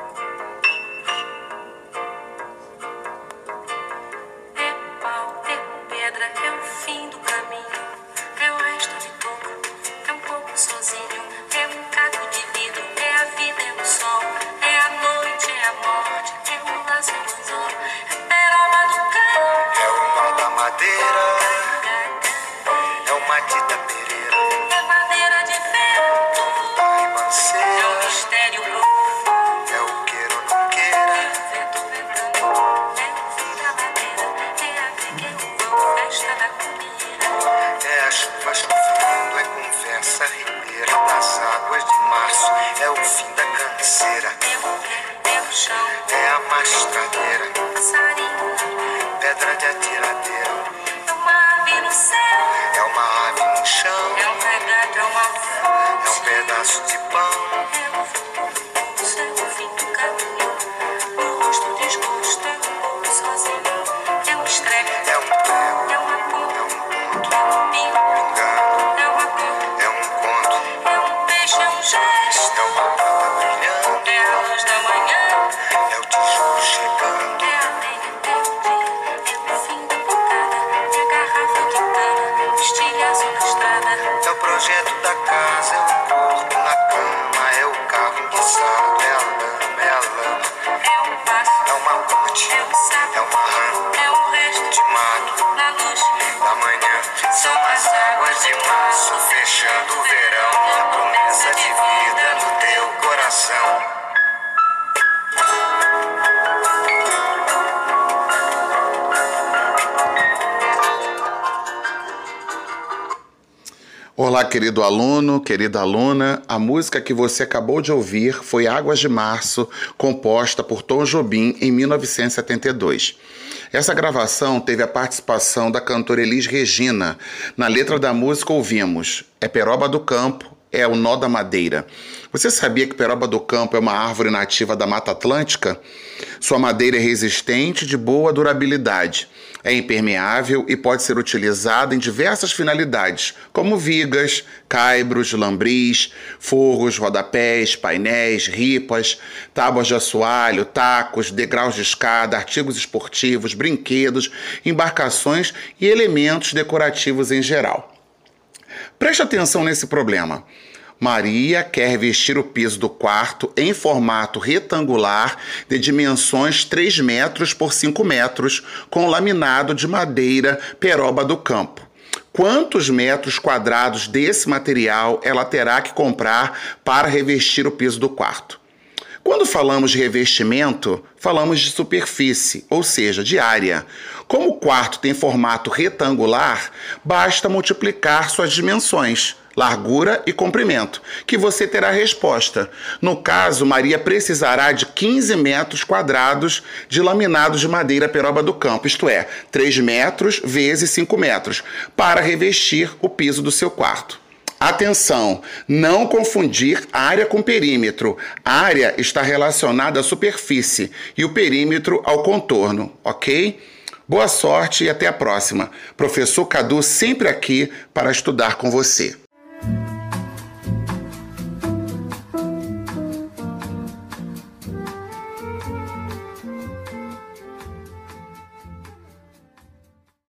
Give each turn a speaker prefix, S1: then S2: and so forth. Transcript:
S1: É É um É É um É
S2: É madeira, é uma Dita Pereira,
S1: É madeira de vento,
S2: e
S1: é um
S2: manseira,
S1: mistério profundo.
S2: é o queira ou não queira,
S1: Vento ventando, é o fim da madeira, é a vegão, festa da comida.
S2: é a chuva chovendo, é conversa ribeira das águas de março, é o fim da
S1: É
S2: canseira,
S1: o pé, é o chão,
S2: é a mastradeira,
S1: passarinho,
S2: pedra de atiradeira,
S1: é uma ave no céu,
S2: é uma ave no chão,
S1: é um regato, é uma
S2: é um
S1: fonte.
S2: pedaço de pão.
S1: É o fim, é o fim do caminho, meu rosto desgosto, é um pouco sozinho, é um estrepe,
S2: É um prego,
S1: é uma
S2: é
S1: ponta,
S2: um ponto,
S1: é um pingo,
S2: pingado,
S1: é uma cor.
S2: é um conto,
S1: É um peixe, é um gesto,
S2: é uma prata brilhando,
S1: é a luz da manhã,
S2: é o tijolo chegando,
S1: é a lenha, é o dia, é o fim da bocada, é a garrafa que cana, o estilhaço na estrada,
S2: é o projeto da casa, é o corpo na cama, é o carro guiçado, é a lama, é a lama,
S1: é o passo,
S2: é uma ponte,
S1: é o sapo,
S2: é uma rã
S1: é o resto
S2: de mato
S1: na luz,
S2: da manhã. São as águas de março fechando o verão, a promessa de vida no teu coração.
S3: Olá, querido aluno, querida aluna. A música que você acabou de ouvir foi Águas de Março, composta por Tom Jobim em 1972. Essa gravação teve a participação da cantora Elis Regina. Na letra da música ouvimos: É peroba do campo, é o nó da madeira. Você sabia que peroba do campo é uma árvore nativa da Mata Atlântica? Sua madeira é resistente, de boa durabilidade. É impermeável e pode ser utilizada em diversas finalidades, como vigas, caibros, lambris, forros, rodapés, painéis, ripas, tábuas de assoalho, tacos, degraus de escada, artigos esportivos, brinquedos, embarcações e elementos decorativos em geral. Preste atenção nesse problema. Maria quer vestir o piso do quarto em formato retangular de dimensões 3 metros por 5 metros, com laminado de madeira peroba do campo. Quantos metros quadrados desse material ela terá que comprar para revestir o piso do quarto? Quando falamos de revestimento, falamos de superfície, ou seja, de área. Como o quarto tem formato retangular, basta multiplicar suas dimensões, largura e comprimento, que você terá a resposta. No caso, Maria precisará de 15 metros quadrados de laminado de madeira peroba do campo, isto é, 3 metros vezes 5 metros, para revestir o piso do seu quarto. Atenção, não confundir área com perímetro. A área está relacionada à superfície e o perímetro ao contorno, ok? Boa sorte e até a próxima. Professor Cadu sempre aqui para estudar com você.